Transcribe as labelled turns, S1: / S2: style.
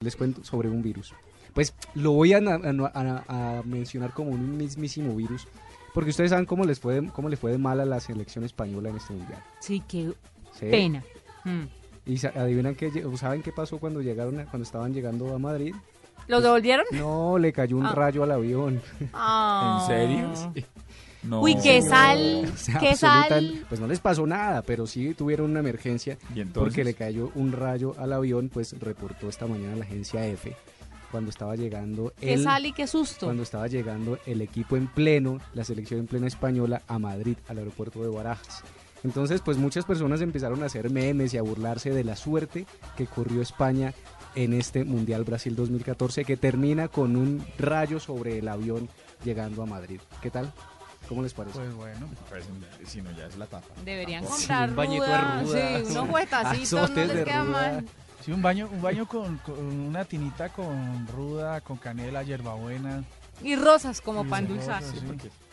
S1: Les cuento sobre un virus. Pues lo voy a, na- a na- a- a mencionar como un mismísimo virus, porque ustedes saben cómo les fue, de- cómo le fue de mal a la selección española en este mundial.
S2: Sí, qué
S1: Sí.
S2: pena. Mm.
S1: Y sa- adivinan qué, lle- o saben qué pasó cuando llegaron, a- cuando estaban llegando a Madrid.
S2: ¿Los devolvieron?
S1: Pues, No, le cayó un
S2: Ah.
S1: rayo al avión.
S2: Ah.
S3: ¿En serio? No.
S2: Uy, qué sal,
S1: O sea,
S2: qué
S1: absoluta-
S2: sal.
S1: Pues no les pasó nada, pero sí tuvieron una emergencia
S3: ¿Y entonces?
S1: porque le cayó un rayo al avión, pues reportó esta mañana la agencia EFE cuando estaba llegando
S2: Qué
S1: el
S2: sal y qué susto.
S1: cuando estaba llegando el equipo en pleno, la selección en plena española a Madrid, al aeropuerto de Barajas. Entonces, pues muchas personas empezaron a hacer memes y a burlarse de la suerte que corrió España en este Mundial Brasil 2014 que termina con un rayo sobre el avión llegando a Madrid. ¿Qué tal? ¿Cómo les parece?
S3: Pues bueno, pues, si no ya es la tapa.
S2: Deberían
S3: Tampoco.
S2: comprar
S1: un bañito de
S2: ruda,
S1: ruda.
S2: sí, unos huetacitos, no
S1: Azotes de
S2: les queda
S1: ruda.
S2: mal.
S4: Sí, un baño, un baño con, con una tinita con ruda, con canela, hierbabuena.
S2: Y rosas como
S4: Y
S2: pan
S4: rosas,
S2: dulzado.
S4: sí.
S3: Porque